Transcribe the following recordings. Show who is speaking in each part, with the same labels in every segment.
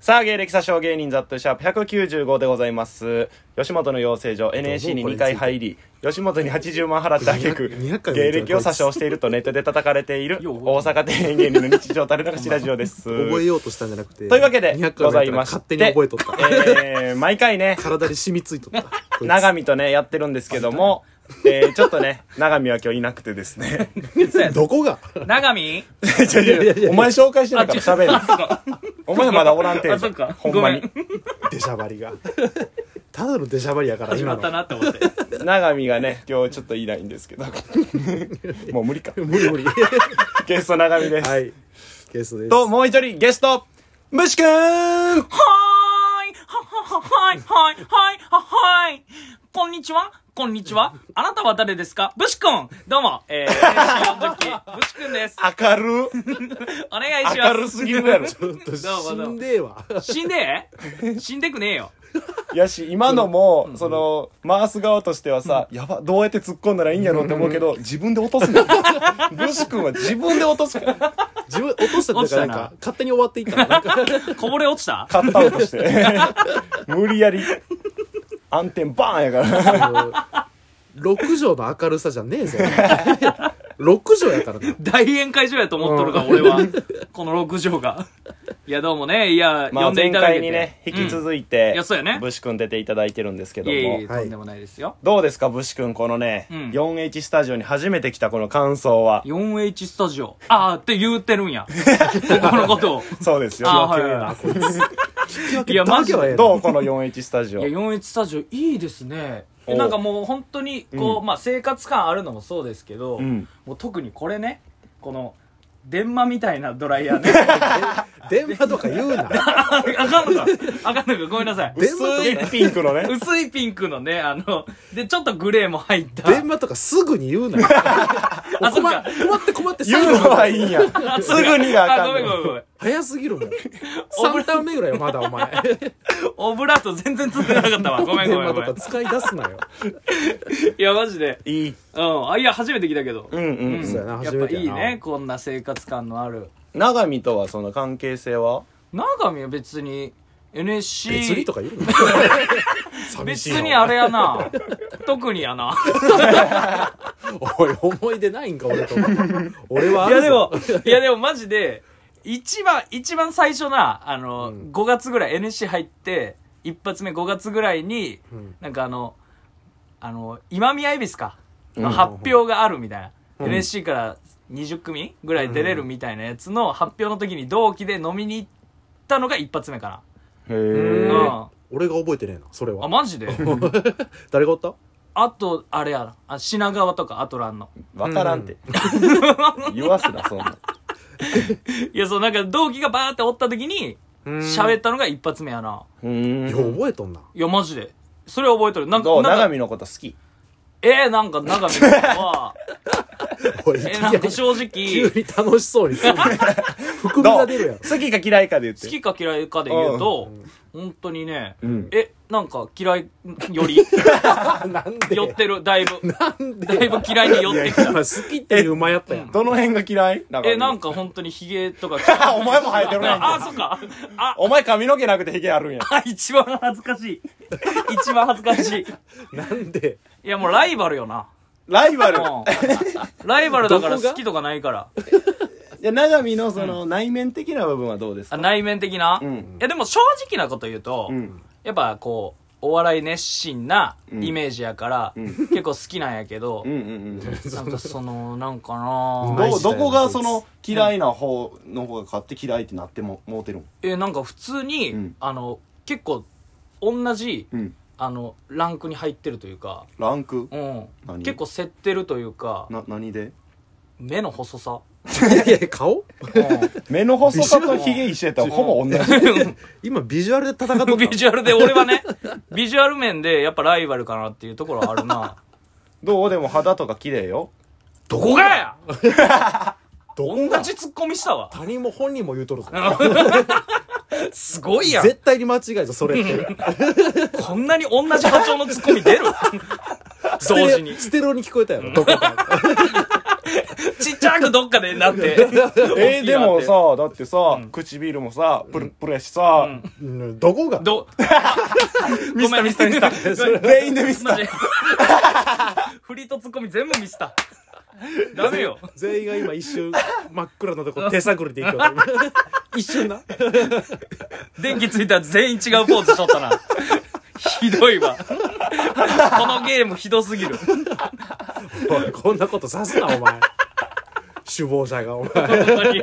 Speaker 1: さあ、芸歴詐称芸人ザットシャープ195でございます。吉本の養成所 NAC に2回入り、吉本に80万払った挙句
Speaker 2: 200回も言って
Speaker 1: 芸
Speaker 2: る
Speaker 1: 歴を詐称しているとネットで叩かれている大阪天然芸人の日常垂れ流しラジオです。
Speaker 2: 覚えようとしたんじゃなくて。
Speaker 1: というわけで
Speaker 2: 200回もやっ、たら
Speaker 1: ございまして。
Speaker 2: 勝手に覚えとった。
Speaker 1: えー毎回ね、
Speaker 2: 体に染みついとった。こいつ
Speaker 1: 長見とね、やってるんですけども、えーちょっとね、長見は今日いなくてですね。
Speaker 2: どこが
Speaker 3: 長見
Speaker 1: ちょいやいやお前紹介してないから喋る。
Speaker 3: あ
Speaker 1: お前まだおらんて
Speaker 3: あそっか
Speaker 1: ほんまに
Speaker 3: ご。
Speaker 2: 出しゃばりが。ただの出しゃばりやから、
Speaker 3: 始ま
Speaker 2: 今
Speaker 3: った
Speaker 2: の。
Speaker 3: なって 思って。
Speaker 1: 長見がね、今日ちょっといないんですけど。もう無理か。
Speaker 2: 無理無理。
Speaker 1: ゲスト長見です。
Speaker 2: はい。ゲストです。
Speaker 1: と、もう一人ゲスト、むしくん
Speaker 3: はーいはははいはいはいはいはいこんにちはこんにちはあなたは誰ですかブシ君どうも、えー、40期、 ブシ君です。
Speaker 1: 明る
Speaker 3: お願いしま
Speaker 1: 明
Speaker 3: す。
Speaker 1: るすぎる やろ。
Speaker 2: ちょっと
Speaker 3: どう
Speaker 2: 死
Speaker 3: もどうも
Speaker 2: んでえわ。
Speaker 3: 死んで 死んでくねえよ。
Speaker 1: やし、今のも、その、回す側としてはさ、やば、どうやって突っ込んだらいいんやろうって思うけど、自分で落とす の。むしくんは自分で落とすから。
Speaker 2: 自分、落としたっていうか、なん
Speaker 3: 落ちた
Speaker 2: か、勝手に終わっていったのなんか、
Speaker 3: こぼれ落ちた
Speaker 1: カットアウト して。無理やり。暗転バーンやから。
Speaker 2: あの、6畳の明るさじゃね えぞ。6畳やからな。
Speaker 3: 大宴会場やと思っとるから、俺は。この6畳が。いや、どうもね、いや、
Speaker 1: ま
Speaker 3: 呼
Speaker 1: あ
Speaker 3: んで
Speaker 1: 前
Speaker 3: いただいて。
Speaker 1: 回にね、引き
Speaker 3: うん
Speaker 1: 続いて、
Speaker 3: いやそうやね
Speaker 1: ブシ君出ていただいてるんですけど
Speaker 3: い
Speaker 1: も。
Speaker 3: えいえ、と
Speaker 2: はい
Speaker 3: んでもないですよ。
Speaker 1: どうですか、ブシ君、このね、
Speaker 3: うん
Speaker 1: 4H スタジオに初めて来たこの感想は。
Speaker 3: 4H スタジオ。あーって言うてるんや。僕のことを。
Speaker 1: そうです
Speaker 3: あー
Speaker 1: よ。
Speaker 3: はいはいはい。
Speaker 2: いや、マジで。
Speaker 1: どうこの 4H スタジオ
Speaker 3: い。や 4H スタジオいいですね
Speaker 1: お
Speaker 3: でなんかもう本当にこう、
Speaker 1: う
Speaker 3: まあ生活感あるのもそうですけど、
Speaker 1: うん
Speaker 3: もう特にこれねこの電話みたいなドライヤーね
Speaker 2: 電話とか言うな。
Speaker 3: ああかんのかあかんのかごめんなさい
Speaker 1: 薄いピンクのね。
Speaker 3: 薄いピンクのねあのでちょっとグレーも入った
Speaker 2: 電話とかすぐに言うなよ。
Speaker 3: あそっ
Speaker 2: 困っ
Speaker 3: か
Speaker 2: 困って困って
Speaker 1: 言うのはいいんや。 すぐにがあ
Speaker 3: あ
Speaker 1: か
Speaker 3: ご
Speaker 1: ん
Speaker 3: めん
Speaker 1: ね
Speaker 3: ごめんごめん
Speaker 2: 早すぎ るもん。3ターン目ぐらいよ、まだお前。
Speaker 3: オブラート全然ついてなかった わごめん
Speaker 2: 電
Speaker 3: ごめん
Speaker 2: 話
Speaker 3: ご
Speaker 2: と
Speaker 3: めん
Speaker 2: か使い出すなよ。
Speaker 3: いやマジで
Speaker 1: いい。
Speaker 3: うんあいや初めて来たけど
Speaker 1: うんうん。
Speaker 2: そうやな
Speaker 3: やっ
Speaker 2: 初
Speaker 3: ぱ
Speaker 2: めてや
Speaker 3: いい
Speaker 2: な
Speaker 3: ねこんな生活感のある
Speaker 1: 長見とはその関係性は
Speaker 3: 長見は別に NSC
Speaker 2: 別にとか言 うの寂し
Speaker 3: 別
Speaker 2: いな
Speaker 3: にあれや な特にやな
Speaker 2: おい、思い出ないんか、俺と。俺はいあ
Speaker 3: や
Speaker 2: る
Speaker 3: で
Speaker 2: ぞ
Speaker 3: も。いやでもマジで一番一番最初なあの、
Speaker 2: うん
Speaker 3: 5月ぐらい NSC 入って一発目5月ぐらいに、
Speaker 2: うん
Speaker 3: なんかあのあの今宮恵比寿か、
Speaker 1: うん
Speaker 3: の発表があるみたいな、
Speaker 2: うん
Speaker 3: NSC から20組ぐらい出れるみたいなやつの発表の時に同期で飲みに行ったのが一発目か
Speaker 1: へ
Speaker 3: な、
Speaker 2: へ
Speaker 1: ー
Speaker 2: ー
Speaker 3: うん
Speaker 2: 俺が覚えてねえな、それ
Speaker 3: あ
Speaker 2: は。
Speaker 3: マジで
Speaker 2: 誰がおった
Speaker 3: あとあれやなあ品川とかアトランの
Speaker 1: わからんって。言わすな、そんなん。
Speaker 3: いやそうなんか同期がバーっておった時に喋ったのが一発目やな
Speaker 1: う
Speaker 2: いや、
Speaker 1: ーん。
Speaker 2: 覚えとんな。
Speaker 3: いやマジでそれは覚えとるなんか
Speaker 1: どう
Speaker 3: なんか
Speaker 1: 長見のこと好き。
Speaker 3: えー、なんか長 見は
Speaker 2: おい、い
Speaker 3: え
Speaker 2: き
Speaker 3: な
Speaker 2: なんり
Speaker 3: か正
Speaker 2: 急
Speaker 3: 直好
Speaker 2: に楽しそうにする な。含み
Speaker 1: ど
Speaker 2: が
Speaker 1: う
Speaker 2: 出るやろ。
Speaker 1: 好きか嫌いかで言って。
Speaker 3: きか嫌いかで言うと、本当にね、
Speaker 1: うん
Speaker 3: えなんか嫌いよ り
Speaker 2: あ なんで
Speaker 3: 寄ってるだいぶ
Speaker 2: なんで
Speaker 3: だいぶ嫌いに寄って きた
Speaker 2: 今好きっていう馬やったやん。
Speaker 1: どの辺が嫌い
Speaker 3: えなん
Speaker 1: か。
Speaker 3: か本当にヒゲとか
Speaker 1: あ お前も生えてるやんけ
Speaker 3: あそっかあ
Speaker 1: お前髪の毛なくてヒゲあるんや。
Speaker 3: あ 一番恥ずかしい一番恥ずかしい
Speaker 2: なんで
Speaker 3: いやもうライバルよな
Speaker 1: ライバル。
Speaker 3: うんライバルだから
Speaker 2: どこが
Speaker 3: 好きとかないから
Speaker 1: いや、長見のその内面的な部分はどうです
Speaker 3: あ
Speaker 1: か
Speaker 3: 内面的な、
Speaker 1: うん
Speaker 3: いやでも正直なこと言うと、
Speaker 1: うん。
Speaker 3: やっぱこうお笑い熱心なんイメージやから、
Speaker 1: ん
Speaker 3: 結構好きなんやけど、
Speaker 1: うんうんうん。
Speaker 3: なんかそのなんかな
Speaker 2: マ
Speaker 1: ど
Speaker 2: ジ
Speaker 1: う
Speaker 2: だ
Speaker 1: ど
Speaker 2: よ
Speaker 1: こがその嫌いな方の方が買って嫌いってなってももうてるん
Speaker 3: えなんか普通に、
Speaker 1: うん
Speaker 3: あの結構同じ
Speaker 1: うん
Speaker 3: あのランクに入ってるというか、
Speaker 1: ランク
Speaker 3: うん、
Speaker 1: 何
Speaker 3: 結構競ってるというか
Speaker 1: な何で
Speaker 3: 目の細さ、
Speaker 2: いやいや顔
Speaker 3: う
Speaker 1: 目の細さとヒゲ一緒やったらほぼ同じ
Speaker 2: 今ビジュアルで戦っと
Speaker 3: ん、ビ
Speaker 2: った
Speaker 3: ジュアルで俺はねビジュアル面でやっぱライバルかなっていうところはある な
Speaker 1: どうでも肌とか綺麗よ
Speaker 3: どこがや
Speaker 2: ど
Speaker 3: 同
Speaker 2: んな
Speaker 3: じツッコミしたわ
Speaker 2: 他人も本人も言うとるぞ
Speaker 3: すごいやん
Speaker 2: 絶対に間違いぞそれって
Speaker 3: こんなに同じ 波長のツッコミ出る同時に
Speaker 2: ステロステロに聞こえたやろどこか
Speaker 3: ちっちゃくどっかでなって。
Speaker 1: えー、でも
Speaker 3: 大きいなって、
Speaker 1: さ、だってさ、唇もさ、プルプルやしさ、
Speaker 2: うんどこが
Speaker 3: ど、
Speaker 1: ミスった
Speaker 3: ごめん
Speaker 1: ミスったミスった。全員でミスっ
Speaker 3: マ
Speaker 1: た
Speaker 3: ジ。で振りとツッコミ全部ミスった。ダメよ。
Speaker 2: 全員が今一瞬真っ暗なとこ手探りで行くわ一瞬な
Speaker 3: 電気ついたら全員違うポーズしとっ たな。ひどいわ。このゲームひどすぎる。
Speaker 2: おいこんなことさすなお前首謀者がお前
Speaker 3: 本当に。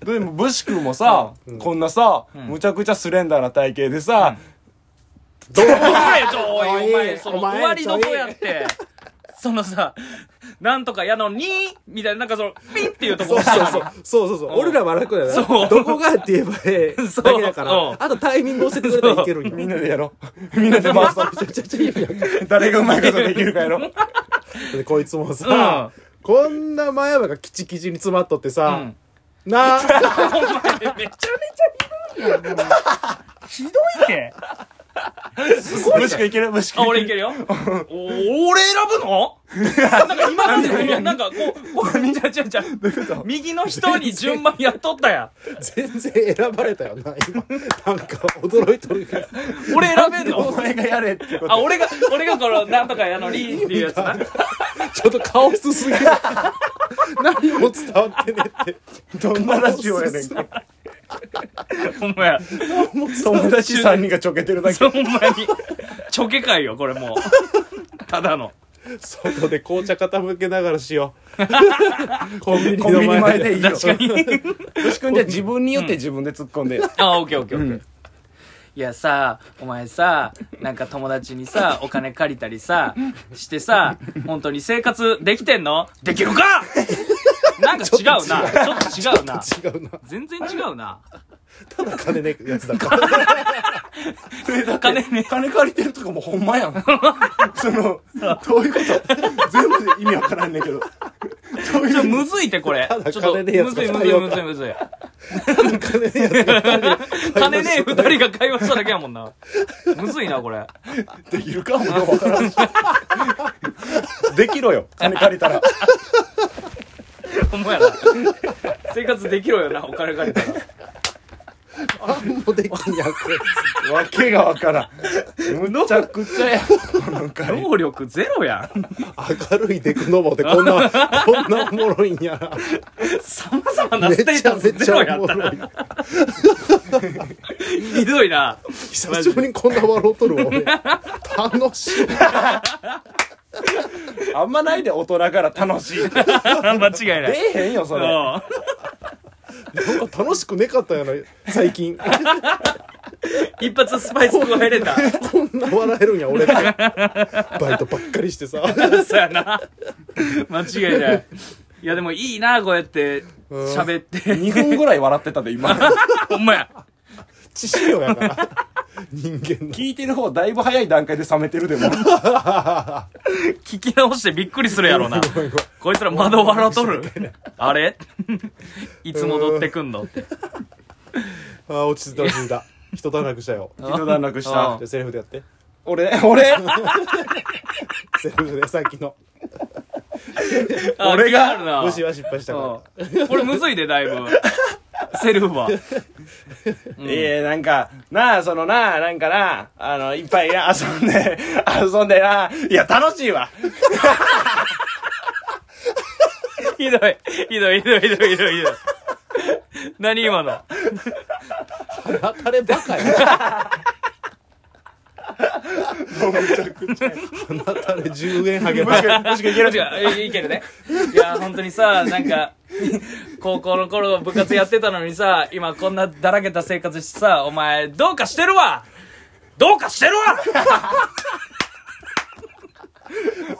Speaker 1: でも、ブシ君もさ、こんなさ、むちゃくちゃスレンダーな体型でさ、
Speaker 2: どう
Speaker 3: お前ちょおいお
Speaker 2: お
Speaker 3: 前
Speaker 2: 前
Speaker 3: その
Speaker 2: お前
Speaker 3: 終わりどこやってそのさなんとかやのにみたいななんかそのピンっていうと
Speaker 2: そ
Speaker 3: こ
Speaker 2: うそうそうそうそうそう、俺らは楽だよ
Speaker 3: そう
Speaker 2: などこがって言えばえ
Speaker 3: そ
Speaker 2: え
Speaker 3: う
Speaker 2: だけだから、
Speaker 3: うん
Speaker 2: あとタイミング教えてくれたらいけるんよ
Speaker 1: みんなでやろう。 みんなで回そう。
Speaker 2: ちょちょちょいやいやだ
Speaker 1: 誰がうまいことできるかやろう。
Speaker 2: ってこいつもさ、こんな前歯がキチキチに詰まっとってさ、なあ
Speaker 3: お前めちゃめちゃひどいよひどいって
Speaker 1: ブシ君いけるブシ
Speaker 3: あ
Speaker 1: 君。
Speaker 3: 俺いけるよお俺選ぶのなんか今までのいやなんかこうこうじゃじゃじゃ右の人に順番やっとったや
Speaker 2: 全然選ばれたよな今なんか驚いとるけど
Speaker 3: 俺選べん
Speaker 1: お
Speaker 3: の
Speaker 1: 前がやれってこと。
Speaker 3: あ俺が俺がこのなんとかやのにっていうやつな
Speaker 2: ちょっとカオスすぎ る何も伝わってねえって
Speaker 1: どんなラジオやねんか。
Speaker 3: お前
Speaker 1: 友達3人がちょけてるだけ。
Speaker 3: そうほんまに。チョケ会よ、これもう。ただの。
Speaker 2: 外で紅茶傾けながらしようコンビ ニ
Speaker 1: コンビニ
Speaker 2: の前
Speaker 1: 前
Speaker 2: で
Speaker 1: でいいよ。
Speaker 3: 確かに。
Speaker 1: ブシ君じゃあ自分によって自分で突っ込んで。
Speaker 3: あ、オッケーオッケーオッケー。いやさ、お前さ、なんか友達にさ、お金借りたりさ、してさ、本当に生活できてんのできるか なんか違うな。ちょっと違うな。
Speaker 2: 違うな
Speaker 3: 全然違うな。
Speaker 2: ただ金ねえやつだから
Speaker 3: 金ね
Speaker 1: 金借りてるとかもほんまやん。その、どういうこと全部で意味わからんねんけど。どう
Speaker 3: ちょっと
Speaker 1: いう
Speaker 3: むずいってこれ。ちょ
Speaker 2: た
Speaker 3: っ
Speaker 2: だ
Speaker 3: と、
Speaker 2: 金
Speaker 3: む
Speaker 2: ね
Speaker 3: ず
Speaker 2: え
Speaker 3: い
Speaker 2: や
Speaker 3: む
Speaker 2: つ
Speaker 3: ず
Speaker 2: が
Speaker 3: い
Speaker 2: 二人
Speaker 3: むずい
Speaker 2: 金ねえ
Speaker 3: むずいむずい。
Speaker 2: やつが
Speaker 3: 金ねえ二人が会話しただけやもんな。むずいな、これ。
Speaker 1: できるかもようわからんし。できろよ。金借りたら。
Speaker 3: ほんまやな。生活できろよな、お金借りたら。
Speaker 2: あんもできんやん
Speaker 1: わけがわからん。むちゃくちゃや。この回。
Speaker 3: 能力ゼロやん。
Speaker 2: 明るいデクノボでこ んなこんなおもろいんや
Speaker 3: さまざまな
Speaker 2: め
Speaker 3: ステー
Speaker 2: ちゃ
Speaker 3: タス
Speaker 2: め
Speaker 3: ゼ
Speaker 2: ち
Speaker 3: ロ
Speaker 2: ゃ
Speaker 3: や
Speaker 2: おも
Speaker 3: った
Speaker 2: ろ
Speaker 3: ら。
Speaker 2: い
Speaker 3: ひどいな。
Speaker 2: 久しぶりにこんな笑うとるわ 俺楽しい
Speaker 1: あんまないで大人から楽しいって。出
Speaker 3: 間違いない。
Speaker 1: えへんよ、それ。
Speaker 3: う
Speaker 2: なんか楽しくねかったんやな最近
Speaker 3: ん一発スパイス加え れた。
Speaker 2: こんな笑えるんや俺 ってバイトばっかりしてさ
Speaker 3: そうやな。間違いない。いやでもいいな、こうやって喋って。
Speaker 1: 2分ぐらい笑ってたで、 今。
Speaker 3: ほんまや。
Speaker 2: 知識量やから人間の
Speaker 1: 聞いてる方、だいぶ早い段階で冷めてる でも。
Speaker 3: 聞き直してびっくりするやろな。こいつら窓笑うとる。あれいつ戻ってくんのって。
Speaker 2: あー落ち着いた落ち着いた人段落したよじ
Speaker 1: 一度段落し
Speaker 3: う
Speaker 1: た
Speaker 3: ん
Speaker 2: ゃ。あセリフでやって
Speaker 1: 俺、俺、
Speaker 2: セリフでさっきの
Speaker 3: あ
Speaker 1: 俺が
Speaker 3: 気になるな
Speaker 2: 無視は失敗したから
Speaker 3: うんこれむずいで、だいぶ。セルフは。
Speaker 1: いや、なんか、なあ、そのなあ、なんかなあ、あの、いっぱい遊んで、 遊んでなあ、いや、楽しいわ。
Speaker 3: ひどい。ひどい、ひどい、ひどい、ひどい、ひどい。何今の。
Speaker 2: 当たれバカや めちゃくちゃ当たれ10円ハゲバ
Speaker 1: 確かに、確かにいける
Speaker 3: 違う、いいけるね。いや、本当にさ、なんか、高校の頃部活やってたのにさ、今こんなだらけた生活してさ、お前、どうかしてるわどうかしてる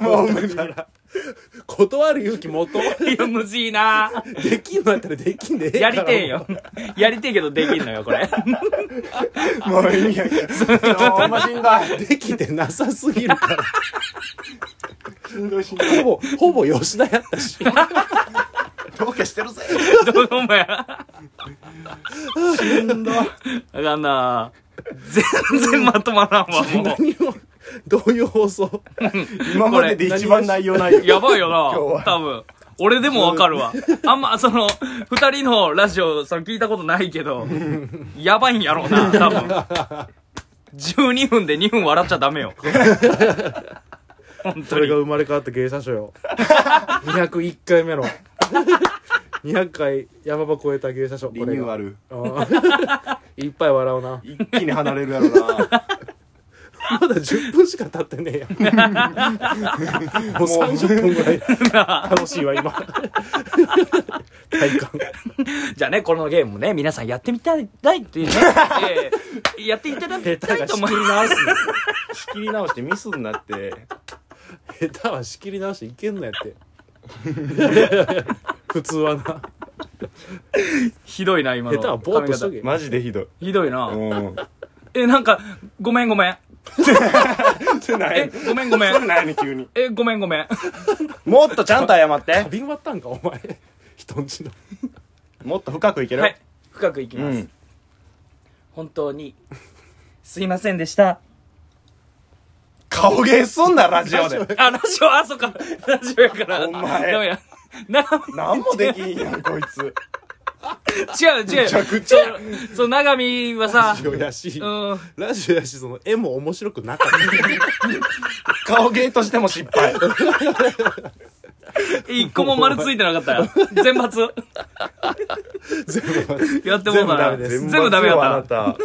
Speaker 3: わ
Speaker 2: もうだから断る勇気もと
Speaker 3: いや、むずいな
Speaker 2: できんのやったらできんでええか
Speaker 3: や
Speaker 2: ら
Speaker 3: りてえよ。やりてえけどできんのよ、これ。
Speaker 1: もう意味やけど。ほんましんどい。
Speaker 2: できてなさすぎるから
Speaker 1: しんどいしんどい。
Speaker 2: ほぼほぼ吉田やったし
Speaker 1: どうかしてるぜ。
Speaker 3: どうもや。しんど。あかんな全然まとまらんわ、もう。
Speaker 2: 何もどういう放送
Speaker 1: 今までで一番内容ないよ。
Speaker 3: やばいよ
Speaker 1: 今 日
Speaker 3: な
Speaker 1: は
Speaker 3: 多分。俺でもわかるわ。あんま、その、二人のラジオ、その聞いたことないけど、やばいんやろうな、多分。12分で2分笑っちゃダメよ。本
Speaker 2: そ
Speaker 3: 当
Speaker 2: れが
Speaker 3: に。
Speaker 2: 生まれ変わった芸者書よ201回目の200回山場超えた芸者書
Speaker 1: リニューアル
Speaker 2: これがうんいっぱい笑うな
Speaker 1: 一気に離れるやろな
Speaker 2: まだ10分しか経ってねえやもう30分ぐらい楽しいわ今体感
Speaker 3: じゃあね、このゲームね、皆さんやってみたい、だいっていうね、えーやっていただき
Speaker 2: 下
Speaker 3: た
Speaker 2: 手
Speaker 3: い
Speaker 2: が
Speaker 3: と
Speaker 2: 仕
Speaker 3: 思い
Speaker 2: 切り直す
Speaker 1: 仕切り直してミスになって
Speaker 2: 下手は仕切り直していけんのやって普通はな
Speaker 3: ひどいな、今の。
Speaker 2: 下手はボーっとしと
Speaker 3: 髪型
Speaker 2: け
Speaker 1: マジでひどい
Speaker 3: ひどいな。
Speaker 1: うん
Speaker 3: え、なんか、ごめんごめん。
Speaker 1: ってな
Speaker 3: え
Speaker 1: い、
Speaker 3: ごめんごめん。
Speaker 1: 何急に
Speaker 3: え、ごめんごめん。
Speaker 1: もっとちゃんと謝って
Speaker 2: 花瓶割ったんかお前人んちの
Speaker 1: もっと深くいける
Speaker 3: はい、深くいき
Speaker 1: う
Speaker 3: ます。
Speaker 1: ん
Speaker 3: 本当に、すいませんでした。
Speaker 1: 顔芸すんなラジオで
Speaker 3: あ、ラジオ、あ、そっか。ラジオやから。
Speaker 1: お前
Speaker 3: ダメや。な、
Speaker 1: 何もできんやんこいつ
Speaker 3: 違う違う。めちゃくちゃ。その、長見は
Speaker 2: ラ、
Speaker 3: さ
Speaker 2: ジオやし、
Speaker 3: うん。
Speaker 2: ラジオやしその絵も面白くなかった
Speaker 1: 顔芸としても失 敗
Speaker 3: 一個も丸ついてなかったよ。全 抜。
Speaker 2: 全部
Speaker 3: やってもうた
Speaker 2: 全部ダメ
Speaker 3: な。
Speaker 2: です
Speaker 3: 全部ダメや
Speaker 1: あな
Speaker 3: っ
Speaker 1: た
Speaker 3: た。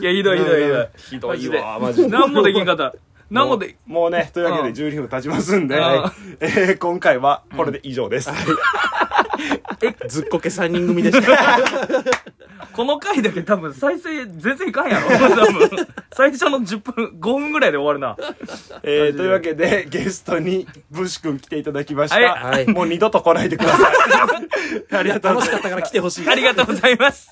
Speaker 3: いや、ひどいひどいひどい。
Speaker 1: ひどいわ
Speaker 3: マ
Speaker 1: マ
Speaker 3: ジ
Speaker 1: ジ
Speaker 3: で。
Speaker 1: で
Speaker 3: 何もできんかった。何もで、
Speaker 1: もうねというわけ
Speaker 3: うん
Speaker 1: で12分経ちますんで、
Speaker 3: うん
Speaker 1: はいえー今回はこれで以上です、
Speaker 2: ずっこけ3人組でした
Speaker 3: この回だけ多分再生全然いかんやろ。多分。最初の10分、5分ぐらいで終わるな。
Speaker 1: えーというわけでゲストにブシ君来ていただきました、
Speaker 2: はい
Speaker 1: もう二度と来ないでください ありがとうございます
Speaker 2: 楽しかったから来てほしい
Speaker 3: ありがとうございます。